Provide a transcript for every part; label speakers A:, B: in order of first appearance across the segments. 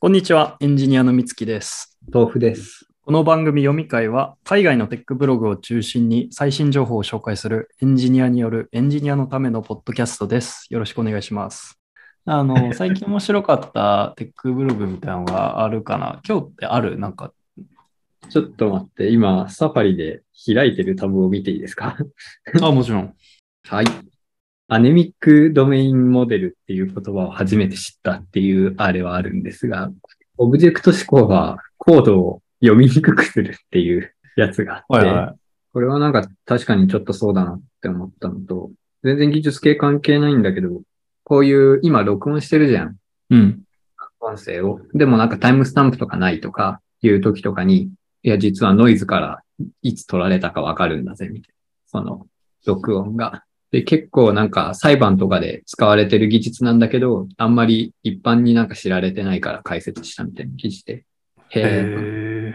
A: こんにちは、エンジニアのみつきです。
B: 豆腐です。
A: この番組読み会は、海外のテックブログを中心に最新情報を紹介するエンジニアによるエンジニアのためのポッドキャストです。よろしくお願いします。あ の、最近面白かったテックブログみたいなのがあるかな今日ってあるなんか、
B: ちょっと待って、今、サファリで開いてるタブを見ていいですか
A: あ、もちろん。
B: はい。アネミックドメインモデルっていう言葉を初めて知ったっていうあれはあるんですが、オブジェクト思考がコードを読みにくくするっていうやつがあって、これはなんか確かにちょっとそうだなって思ったのと、全然技術系関係ないんだけど、こういう今録音してるじゃん。
A: い。うん。
B: 音声を。でもなんかタイムスタンプとかないとかいう時とかに、いや、実はノイズからいつ取られたかわかるんだぜ、みたいな。その、録音が。で、結構なんか裁判とかで使われてる技術なんだけど、あんまり一般になんか知られてないから解説したみたいな記事で。へえ。
A: へえ。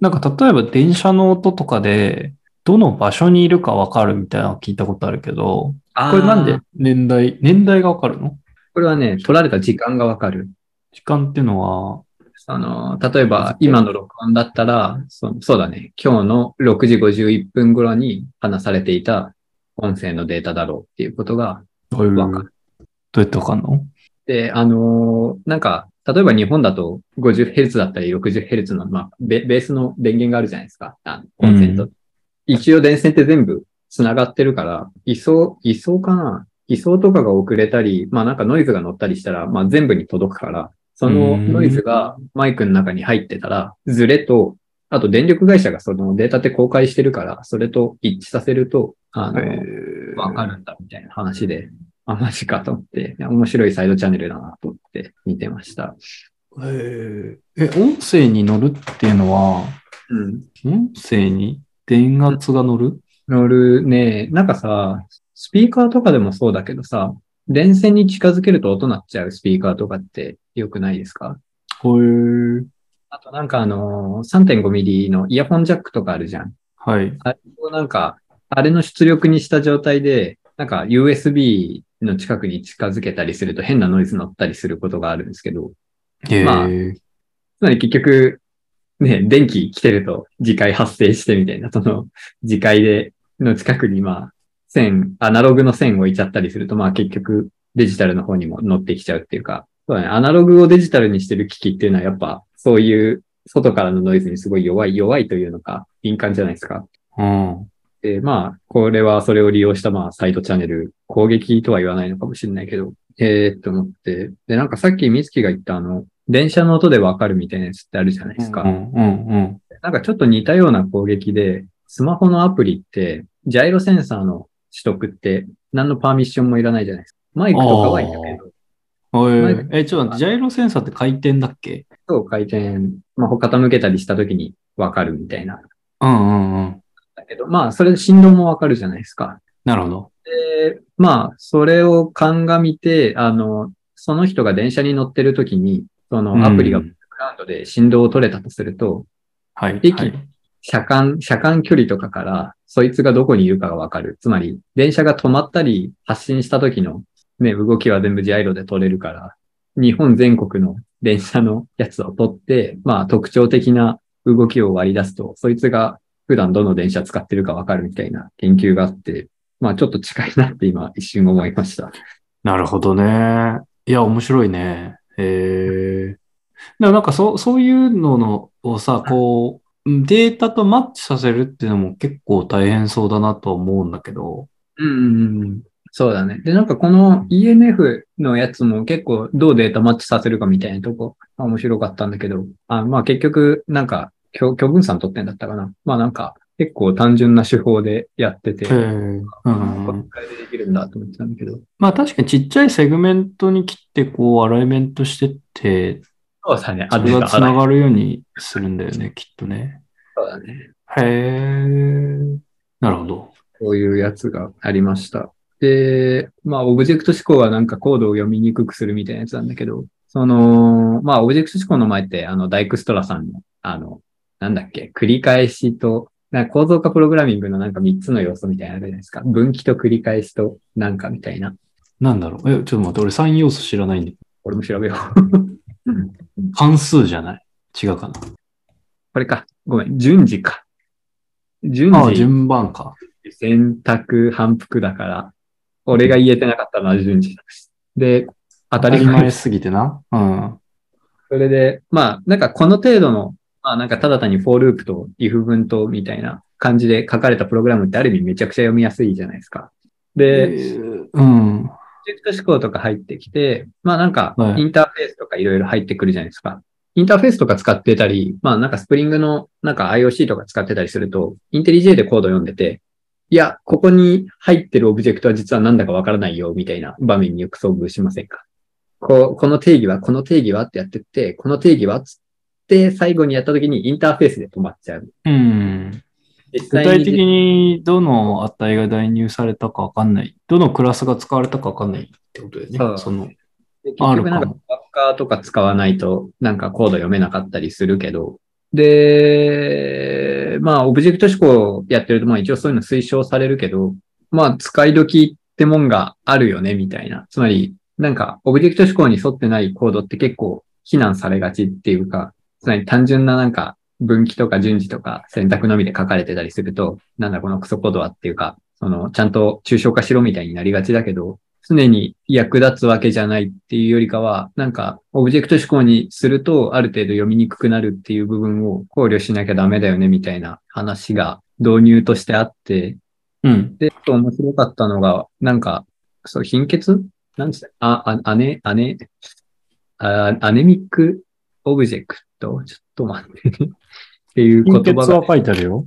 A: なんか例えば電車の音とかで、どの場所にいるかわかるみたいなの聞いたことあるけど、
B: あー
A: これなんで年代、年代がわかるの
B: これはね、取られた時間がわかる。
A: 時間っていうのは、
B: その、例えば今の録音だったら、そそうだね、今日の6時51分頃に話されていた音声のデータだろうっていうことが
A: どういう、
B: わか
A: どうやってわかんの
B: で、あのーなんか、例えば日本だと 50Hz だったり 60Hz の、まあベ、ベースの電源があるじゃないですか。あのコンセント。
A: う
B: 一応電線って全部繋がってるから、移送、移送かな移送とかが遅れたり、まあなんかノイズが乗ったりしたら、まあ全部に届くから、そのノイズがマイクの中に入ってたら、ズレと、あと電力会社がそのデータって公開してるから、それと一致させると、あの、わかるんだみたいな話で、あ、マジかと思って、いや面白いサイドチャンネルだなと思って見てました。
A: る。え、音声に乗るっていうのは、
B: うん。
A: 音声に電圧が乗る
B: 乗るね、なんかさ、スピーカーとかでもそうだけどさ、電線に近づけると音鳴っちゃうスピーカーとかって良くないですか
A: こういう、
B: あとなんかあのー、3.5ミリのイヤホンジャックとかあるじゃん。
A: はい。
B: あれをなんか、あれの出力にした状態で、なんか USB の近くに近づけたりすると変なノイズ乗ったりすることがあるんですけど、
A: へえ、
B: まあつまり結局、ね、電気来てると磁界発生してみたいな、その磁界で、の近くにまあ、線、アナログの線を置いちゃったりすると、まあ結局デジタルの方にも乗ってきちゃうっていうか、そうだね、アナログをデジタルにしてる機器っていうのはやっぱそういう外からのノイズにすごい弱い、弱いというのか、敏感じゃないですか。
A: うん。
B: で、まあ、これはそれを利用したまあ、サイトチャンネル、攻撃とは言わないのかもしれないけど、えー、と思って、で、なんかさっき美月が言ったあの、電車の音でわかるみたいなやつってあるじゃないですか。
A: うんうんうん。
B: なんかちょっと似たような攻撃で、スマホのアプリって、ジャイロセンサーの取得って、何のパーミッションもいらないじゃないですか。マイクとかはいいんだけど、
A: へえ
B: 前
A: え、ちょっと待って、ジャイロセンサーって回転だっけ
B: そう回転、まあ、傾けたりした時にわかるみたいな。
A: うんうんうん。
B: だけど、まあ、それで振動もわかるじゃないですか。
A: なるほど。
B: で、まあ、それを鑑みて、あの、その人が電車に乗ってる時に、そのアプリが
A: う
B: バ
A: ん
B: ックグラウンドで振動を取れたとすると、
A: はい。
B: 駅
A: はい
B: 車間、車間距離とかから、そいつがどこにいるかがわかる。つまり、電車が止まったり、発進した時の、ね、動きは全部ジャイロで取れるから、日本全国の電車のやつを取って、まあ特徴的な動きを割り出すと、そいつが普段どの電車使ってるかわかるみたいな研究があって、まあちょっと近いなって今一瞬思いました。
A: なるほどね。いや、面白いね。へえ。でもなんかそう、そういうののをさ、こう、データとマッチさせるっていうのも結構大変そうだなとは思うんだけど。
B: うんうんうん。そうだね。で、なんかこの ENF のやつも結構どうデータマッチさせるかみたいなとこ、まあ、面白かったんだけど、あまあ結局なんか虚虚分散取ってんだったかな。まあなんか結構単純な手法でやってて、
A: へえうんうん
B: こ
A: うん
B: れくらいでできるんだと思ってたんだけど。
A: まあ確かにちっちゃいセグメントに切って、こう、アライメントしてって、
B: そうだね。
A: それが
B: あ
A: 繋がるようにするんだよね、きっとね。
B: そうだね。
A: へえ。なるほど。
B: こういうやつがありました。で、まあ、オブジェクト思考はなんかコードを読みにくくするみたいなやつなんだけど、その、まあ、オブジェクト思考の前って、あの、ダイクストラさんの、あの、なんだっけ、繰り返しと、なんか構造化プログラミングのなんか3つの要素みたいなのあるじゃないですか。分岐と繰り返しとなんかみたいな。
A: なんだろう。え、ちょっと待って、俺3要素知らないんだけど
B: 俺も調べよう。
A: 関数じゃない。違うかな。
B: これか。ごめん。順次か。順
A: ああ、
B: 次、
A: 順番か。
B: 選択、反復だから、俺が言えてなかったのは順次だ。で、当た
A: 当た
B: り
A: り
B: 前
A: 前。すぎてな。うん。
B: それで、まあ、なんかこの程度の、まあなんかただ単にフォーループと if 文とみたいな感じで書かれたプログラムってある意味めちゃくちゃ読みやすいじゃないですか。で、
A: ーうん。
B: プロジェクト思考とか入ってきて、まあなんか
A: は、い
B: インターフェースとかいろいろ入ってくるじゃないですか。インターフェースとか使ってたり、まあなんかスプリングのなんか IOC とか使ってたりすると、インテリ J でコード読んでて、いや、ここに入ってるオブジェクトは実はなんだかわからないよ、みたいな場面によく遭遇しませんかこう、この定義は、この定義はってやってって、この定義はっつって、最後にやった時にインターフェースで止まっちゃう。
A: うん。
B: 具
A: 具体的にどの値が代入されたかわかんない。どのクラスが使われたかわかんないってことだよ
B: そ
A: ね。
B: う
A: その、
B: で結
A: ある
B: 局なん
A: か
B: か
A: も。
B: バッカーとか使わないと、なんかコード読めなかったりするけど、で、まあ、オブジェクト思考やってると、まあ一応そういうの推奨されるけど、まあ、使い時ってもんがあるよね、みたいな。つまり、なんか、オブジェクト思考に沿ってないコードって結構非難されがちっていうか、つまり単純ななんか、分岐とか順次とか選択のみで書かれてたりすると、なんだこのクソコードはっていうか、その、ちゃんと抽象化しろみたいになりがちだけど、常に役立つわけじゃないっていうよりかは、なんか、オブジェクト思考にすると、ある程度読みにくくなるっていう部分を考慮しなきゃダメだよね、みたいな話が導入としてあって、
A: うん。
B: で、ちょっと面白かったのが、なんか、そう、貧血なんつったあ、あ、姉、姉、あ、アネミックオブジェクトちょっと待ってね。っていう言
A: 貧
B: 葉
A: 血
B: が。
A: は書いてあるよ。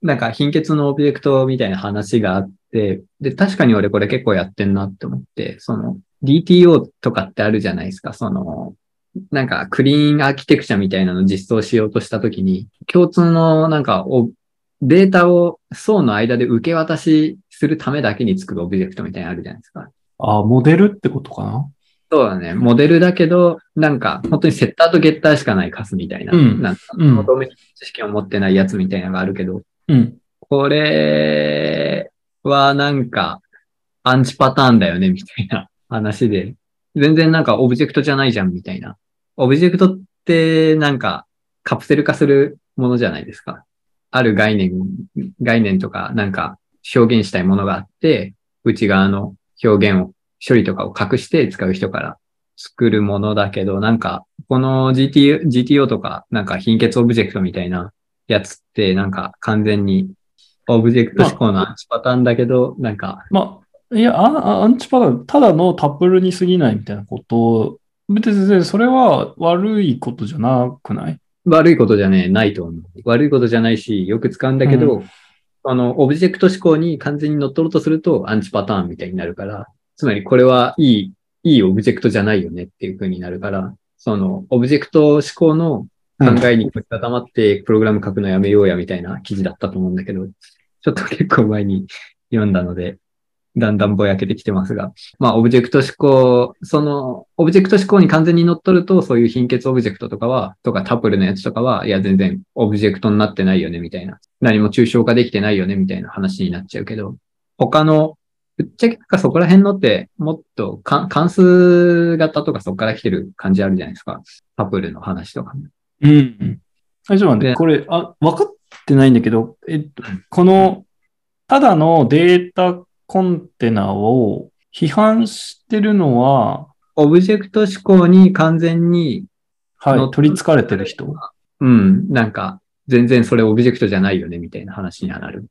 B: なんか貧血のオブジェクトみたいな話があって、で、確かに俺これ結構やってんなって思って、その DTO とかってあるじゃないですか、その、なんかクリーンアーキテクチャみたいなのを実装しようとしたときに、共通のなんかおデータを層の間で受け渡しするためだけに作るオブジェクトみたいなのあるじゃないですか。
A: あ、モデルってことかな
B: そうだね。モデルだけど、なんか、本当にセッターとゲッターしかないカスみたいな。
A: うん
B: なんか、
A: うん
B: 元々知識を持ってないやつみたいなのがあるけど、
A: うん。
B: これはなんか、アンチパターンだよね、みたいな話で。全然なんかオブジェクトじゃないじゃん、みたいな。オブジェクトってなんかカプセル化するものじゃないですか。ある概念、概念とかなんか表現したいものがあって、内側の表現を、処理とかを隠して使う人から作るものだけど、なんか、この GTO, GTO とか、なんか貧血オブジェクトみたいなやつって、なんか完全にオブジェクト思考のアンチパターンだけど、なんか、
A: まあ、いや、ああアンチパターン、ただのタップルに過ぎないみたいなこと、別に全然それは悪いことじゃなくない
B: 悪いことじゃねえ、ないと思う。悪いことじゃないし、よく使うんだけど、あの、オブジェクト思考に完全に乗っ取ろうとすると、アンチパターンみたいになるから、つまりこれはいい、いいオブジェクトじゃないよねっていう風になるから、その、オブジェクト思考の考えに凝り固まって、プログラム書くのやめようやみたいな記事だったと思うんだけど、ちょっと結構前に読んだので、だんだんぼやけてきてますが、まあ、オブジェクト思考、その、オブジェクト思考に完全に乗っ取ると、そういう貧血オブジェクトとかは、とかタプルのやつとかは、いや、全然オブジェクトになってないよね、みたいな。何も抽象化できてないよね、みたいな話になっちゃうけど、他の、ぶっちゃけなんかそこら辺のって、もっと関関数型とかそこから来てる感じあるじゃないですか。タプルの話とか。
A: うん。大丈夫なんで、
B: で
A: これ、あ、分かってないんだけど、えっと、この、ただのデータコンテナを批判してるのは、
B: オブジェクト思考に完全に
A: は
B: の
A: い、取り憑かれてる人。
B: うん、なんか、全然それオブジェクトじゃないよね、みたいな話にはなる。い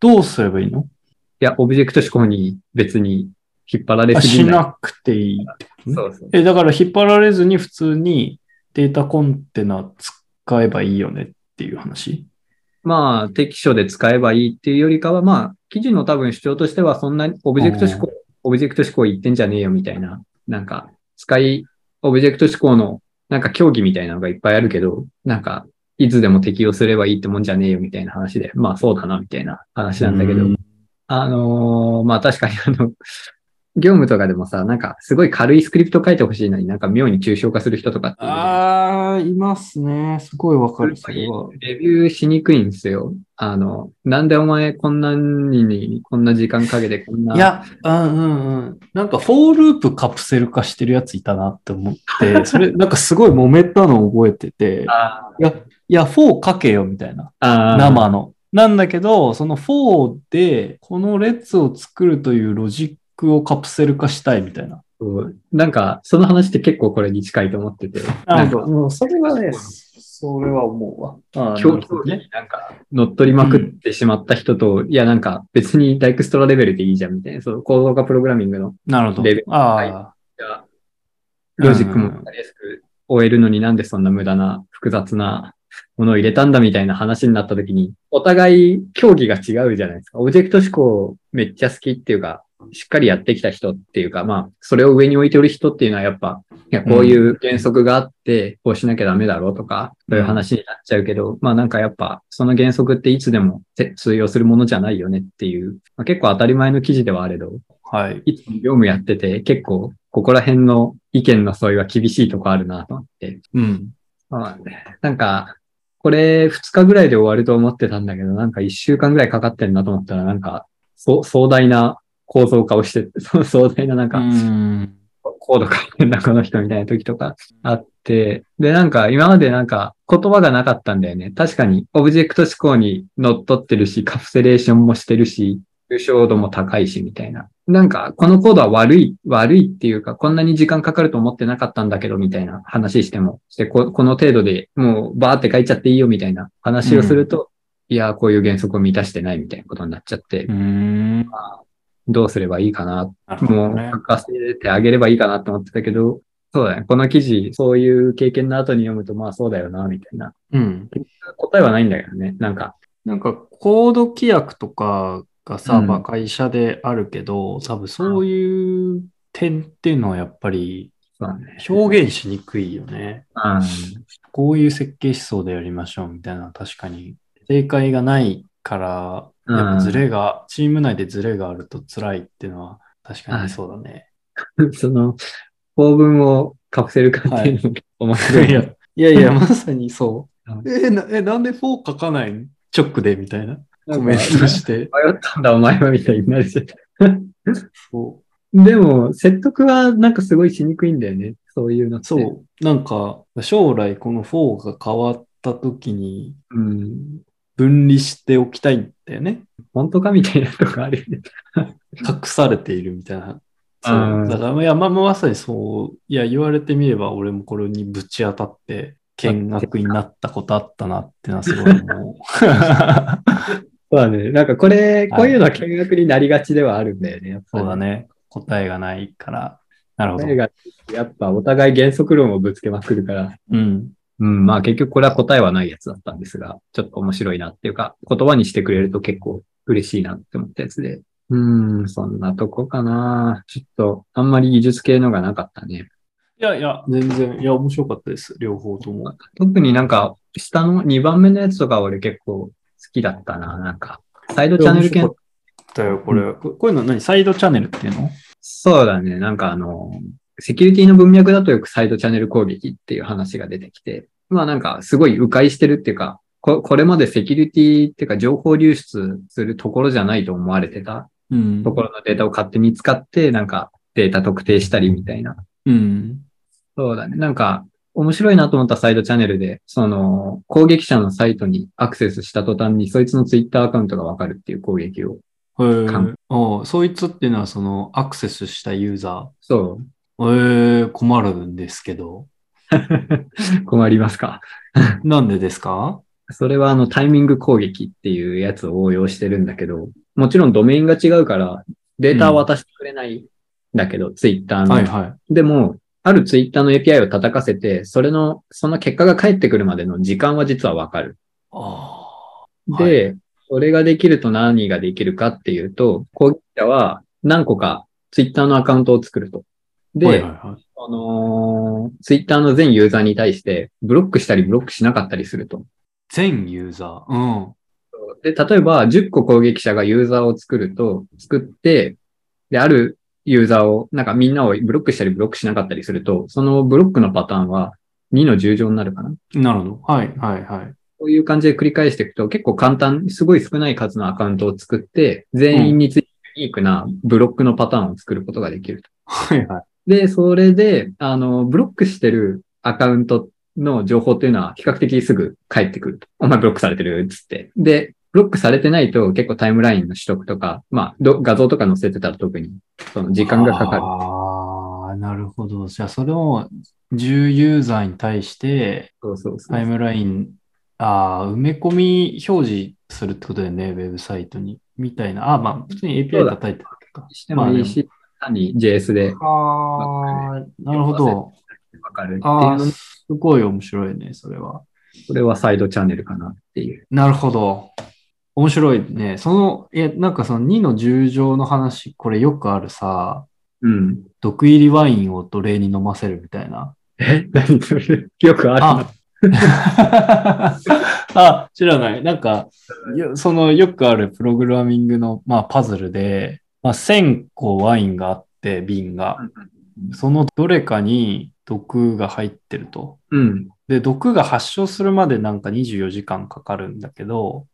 A: どうすればいいの
B: や、オブジェクト思考に別に引っ張られ
A: あ
B: す
A: し
B: ぎない。
A: なくていい。
B: そうそう。
A: え、だから引っ張られずに普通にデータコンテナ使えばいいよねっていう話。
B: まあ、適所で使えばいいっていうよりかは、まあ、記事の多分主張としては、そんなにオブジェクト思考、オブジェクト思考言ってんじゃねえよみたいな、なんか、使い、オブジェクト思考の、なんか競技みたいなのがいっぱいあるけど、なんか、いつでも適用すればいいってもんじゃねえよみたいな話で、まあそうだなみたいな話なんだけど
A: う、ん
B: あのーまあ確かにあの、業務とかでもさ、なんかすごい軽いスクリプト書いてほしいのになんか妙に抽象化する人とかっているじゃん
A: ああ、いますね。すごいわかる、そ
B: それ
A: れは。
B: レビューしにくいんですよ。あの、なんでお前こんなに、こんな時間かけてこんな。
A: い、や、うんうんうん。なんか、フォーループカプセル化してるやついたなって思って、それ、なんかすごい揉めたのを覚えてて、
B: あ
A: いや、いや、4書けよ、みたいな。
B: あ、
A: 生の。なんだけど、その4で、この列を作るというロジックをカプセル化したいみたいな。
B: そう。なんか、その話って結構これに近いと思ってて。なんか、
A: ど。それはね、それは思うわ。
B: 競争に
A: ね。
B: なんか乗っ取りまくってしまった人と、いや、なんか別にダイクストラレベルでいいじゃんみたいな、そう、構造化プログラミングの
A: なるほ
B: レベ
A: ど。あ
B: ロジックもわかりやすく終えるのになんでそんな無駄な複雑なものを入れたんだみたいな話になった時に、お互い競技が違うじゃないですか。オブジェクト思考めっちゃ好きっていうか、しっかりやってきた人っていうか、まあ、それを上に置いてる人っていうのはやっぱ、いや、こういう原則があって、こうしなきゃダメだろうとか、そういう話になっちゃうけど、まあなんかやっぱ、その原則っていつでも通用するものじゃないよねっていう、まあ、結構当たり前の記事ではあれど、
A: あ。はい。
B: いつも業務やってて、結構、ここら辺の意見の相違は厳しいとこあるなと思って。
A: うん。
B: まあなんか、これ2日ぐらいで終わると思ってたんだけど、なんか1週間ぐらいかかってんなと思ったら、なんか、そう壮大な構造化をして、 そう壮大ななんか、
A: うん。
B: コード書いてんだこの人みたいな時とかあって、で、なんか今までなんか言葉がなかったんだよね。確かにオブジェクト思考に乗っ取ってるし、カプセレーションもしてるし、抽象度も高いしみたいな。なんかこのコードは悪い、悪いっていうか、こんなに時間かかると思ってなかったんだけどみたいな話しても、してここの程度でもうバーって書いちゃっていいよみたいな話をすると、いやー、こういう原則を満たしてないみたいなことになっちゃって、
A: うん。な
B: どうすればいいかな
A: るほ
B: も
A: ど
B: う
A: ね
B: 書。かせてあげればいいかなと思ってたけど、そうだね。この記事、そういう経験の後に読むと、まあそうだよな、みたいな。
A: うん。
B: 答えはないんだけどね。なんか、
A: なんか、コード規約とかがさ、
B: うん
A: まあ会社であるけど、多分そういう点っていうのはやっぱり
B: そうだね。
A: 表現しにくいよね。
B: うん。
A: こういう設計思想でやりましょうみたいな、確かに。正解がないから、
B: うん
A: やっぱズレが、チーム内でズレがあると辛いっていうのは、確かにそうだね。
B: その、法文をカプセル化っていうのが面白い。
A: いや、いやいや、まさにそう。
B: う
A: えな、え、なんで4書かないんチョックでみたいなコ
B: なんか
A: メントして。
B: 迷ったんだ、お前は、みたいになるじゃん
A: そう。
B: でも、説得はなんかすごいしにくいんだよね。そういうのって。
A: そう。なんか、将来この4が変わった時に
B: うん。
A: 分離しておきたいんだよね。
B: 本当かみたいなとこあるよね。
A: 隠されているみたいな。そうう。
B: ん
A: だから、いや、まあ、まあまさにそう。いや、言われてみれば、俺もこれにぶち当たって、見学になったことあったなってのはすごいもう。
B: そうだね。なんかこれ、
A: はい
B: こういうのは見学になりがちではあるんだよね。やっ
A: そ
B: ぱ
A: う
B: り
A: だね。答えがないから。なるほど。
B: 彼がやっぱお互い原則論をぶつけまくるから、
A: うん。
B: うん、まあ結局これは答えはないやつだったんですが、ちょっと面白いなっていうか、言葉にしてくれると結構嬉しいなって思ったやつで。うん、そんなとこかな。ちょっと、あんまり技術系のがなかったね。
A: いやいや、全然、いや、面白かったです。両方とも。
B: 特になんか、下の2番目のやつとかは俺結構好きだったな。なんか、サイドチャンネル系
A: いや面白かったよ、これ。ここういうの何サイドチャンネルっていうの
B: そうだね。なんかあの、セキュリティの文脈だとよくサイドチャンネル攻撃っていう話が出てきて、まあなんかすごい迂回してるっていうか、ここれまでセキュリティっていうか情報流出するところじゃないと思われてた
A: うん
B: ところのデータを勝手に使ってなんかデータ特定したりみたいな。
A: うん。
B: そうだね。なんか面白いなと思ったサイドチャンネルで、その攻撃者のサイトにアクセスした途端にそいつのツイッターアカウントがわかるっていう攻撃を。
A: へー
B: 感
A: おうそいつっていうのは、その、アクセスしたユーザ
B: そ
A: ー。えー、困るんですけど。
B: う。困りますか
A: なんでですか
B: それはあのタイミング攻撃っていうやつを応用してるんだけど、もちろんドメインが違うからデータは渡してくれないんだけど、ツイッターの。
A: はいはい。
B: でも、あるツイッターの API を叩かせて、それの、その結果が返ってくるまでの時間は実はわかる。
A: あ
B: で、
A: は
B: それができると何ができるかっていうと、攻撃者は何個かツイッターのアカウントを作ると。で、
A: あ。はいはいはい。
B: あのーツイッターの全ユーザーに対してブロックしたりブロックしなかったりすると。
A: 全ユーザー。うん。
B: で、例えば10個攻撃者がユーザーを作ると、作って、で、あるユーザーを、なんかみんなをブロックしたりブロックしなかったりすると、そのブロックのパターンは2の10乗になるかな。
A: なるほど。はい、はい、はい。
B: こういう感じで繰り返していくと結構簡単、すごい少ない数のアカウントを作って、全員についてユニークなブロックのパターンを作ることができると。
A: はい、はい。
B: で、それで、あの、ブロックしてるアカウントの情報っていうのは比較的すぐ返ってくると。お前ブロックされてるっつって。で、ブロックされてないと結構タイムラインの取得とか、まあ、ど画像とか載せてたら特に、その時間がかかる。
A: ああ、なるほど。じゃあ、それを10ユーザーに対して、
B: そうそうそう
A: タイムライン、ああ、埋め込み表示するってことだよね、ウェブサイトに。みたいな。ああ、まあ、普通に
B: そう
A: API
B: だ
A: 叩いてるか。
B: してもいいし、単に JS で
A: ああ、なるほど。
B: わかるっていう
A: ああ、
B: のも、
A: すごい面白いね、それは。
B: それはサイドチャンネルかなっていう。
A: なるほど。面白いね。その、いや、なんかその2の10乗の話、これよくあるさ、
B: うん。
A: 毒入りワインを奴隷に飲ませるみたいな。
B: え 何それよくあるな
A: あ あ、知らない。なんか、よそのよくあるプログラミングの、まあ、パズルで、まあ、1000個ワインがあって、瓶が。そのどれかに毒が入ってると。
B: うん。
A: で、毒が発症するまでなんか24時間かかるんだけど、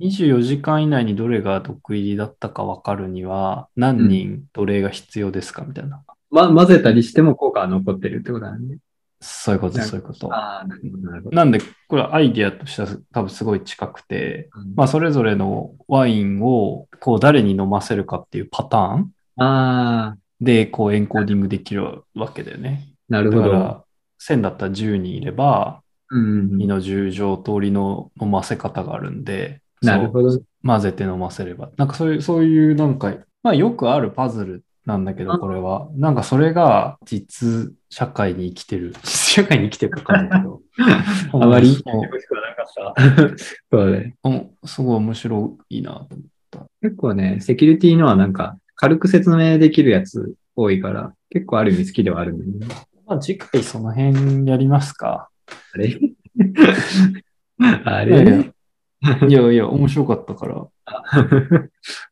A: 24時間以内にどれが毒入りだったか分かるには、何人奴隷が必要ですかみたいな。
B: ま、混ぜたりしても効果は残ってるってことだね。
A: そういうこと、
B: なる
A: そういうこと。
B: ああ、なるほど、なるほど。
A: なんで、これはアイディアとしては多分すごい近くて、まあ、それぞれのワインをこう誰に飲ませるかっていうパターン
B: ああ、
A: でこうエンコーディングできるわけだよね。
B: なる
A: だ
B: ほ
A: か
B: ど。
A: ら1000だったら10人いれば
B: うん
A: 2の10乗通りの飲ませ方があるんで、
B: なるほ
A: そう
B: ど。
A: 混ぜて飲ませれば。なんかそういう、そういうなんか、まあよくあるパズルなんだけど、
B: あ。
A: これは。なんかそれが実社会に生きてる。 実社会に生きてるかわかんないけ ど
B: あまり
A: そう
B: 欲しくはなかった。そうね。
A: うんすごい面白いなと思って
B: 結構ね、セキュリティのはなんか、軽く説明できるやつ多いから、結構ある意味好きではあるんだよね。
A: まあ、次回その辺やりますか。
B: あれあ
A: いやい
B: れ
A: や、いやいや面白かったから、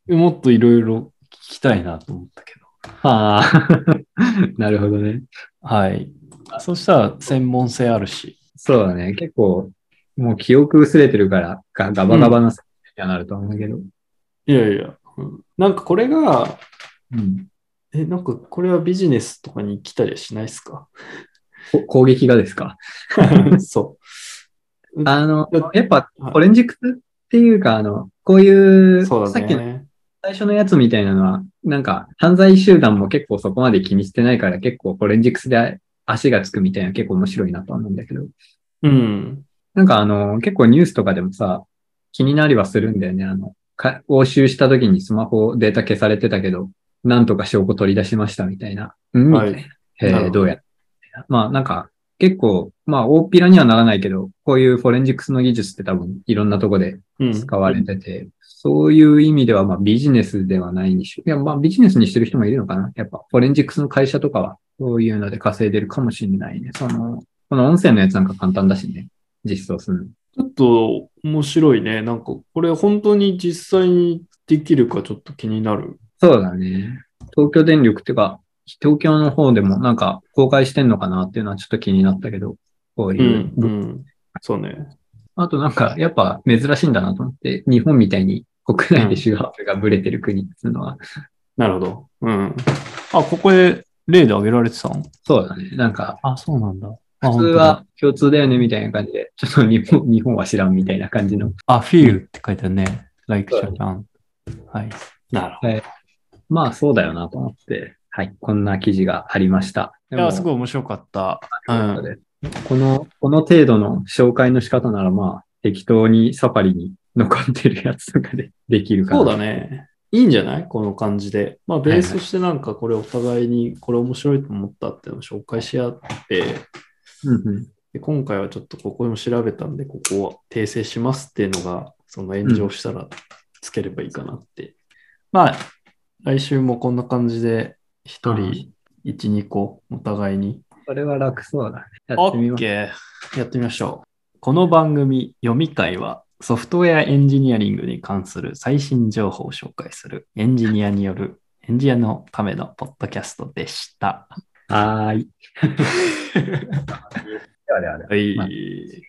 A: もっといろいろ聞きたいなと思ったけど。
B: ああ、なるほどね。
A: はい。そしたら専門性あるし。
B: そうだね。結構、もう記憶薄れてるから、ガガバガバな作品にはなると思うんだけど。
A: いやいや、うんなんかこれが、
B: うん。
A: え、なんかこれはビジネスとかに来たりはしないです か
B: こ攻撃がですか
A: そ
B: あの
A: だ、
B: やっぱ、
A: はい
B: オレンジクスっていうか、あの、こういう、
A: う。そう
B: さ
A: だ
B: っきの
A: ね。
B: 最初のやつみたいなのは、なんか、犯罪集団も結構そこまで気にしてないから、結構オレンジクスで足がつくみたいな結構面白いなとは思うんだけど。
A: うん。
B: なんかあの、結構ニュースとかでもさ、気になりはするんだよね。あの、か押収した時にスマホデータ消されてたけど、なんとか証拠取り出しましたみたいな。うん、みたいな。
A: はいな
B: へ
A: るほ
B: え、
A: ど
B: どうやってまあなんか、結構、まあ大っぴらにはならないけど、こういうフォレンジックスの技術って多分いろんなとこで
A: うん。
B: 使われてて、そういう意味ではまあビジネスではないにし、いやまあビジネスにしてる人もいるのかな。やっぱフォレンジックスの会社とかは、そういうので稼いでるかもしれないね。その、この音声のやつなんか簡単だしね。実装するの。
A: ちょっと面白いね。なんかこれ本当に実際にできるかちょっと気になる。
B: そうだね。東京電力っていうか、東京の方でもなんか公開してんのかなっていうのはちょっと気になったけど、こう
A: う
B: いう。
A: ん。うん。そうね。
B: あとなんか、やっぱ珍しいんだなと思って、日本みたいに国内で周波数がブレてる国っていうのは、
A: なるほど。うん。あ、ここで例で挙げられてたの
B: そうだね。なんか、
A: あ、そうなんだ。あ、
B: 普通は共通だよねみたいな感じで、 ちょっと日本、日本は知らんみたいな感じの。
A: あ、フィールって書いてあるね。like
B: そうだ
A: Japan。はい。なるほ
B: まあそうだよなと思って、はい。こんな記事がありました。
A: ど。いや、すご
B: い。
A: い面白かった。う
B: なん
A: ん。
B: かねこの、この程度の紹介の仕方ならまあ、適当にサファリに残ってるやつとかで できるから。
A: そうだね。いいんじゃないこの感じで。まあ、ベースとしてなんかこれお互いにこれ面白いと思ったっていうのを紹介し合って、
B: うんうん。
A: で今回はちょっとここも調べたんで、ここを訂正しますっていうのが、その炎上したらつければいいかなって。まあ、来週もこんな感じで、一人一、二個お互いに
B: それは楽そうだね。や
A: オ
B: ってみ
A: ッ
B: ます。
A: ケーやってみましょう。この番組、読み会は、ソフトウェアエンジニアリングに関する最新情報を紹介するエンジニアによるエンジニアのためのポッドキャストでした。
B: はーい。ではではでは
A: はい。
B: まあ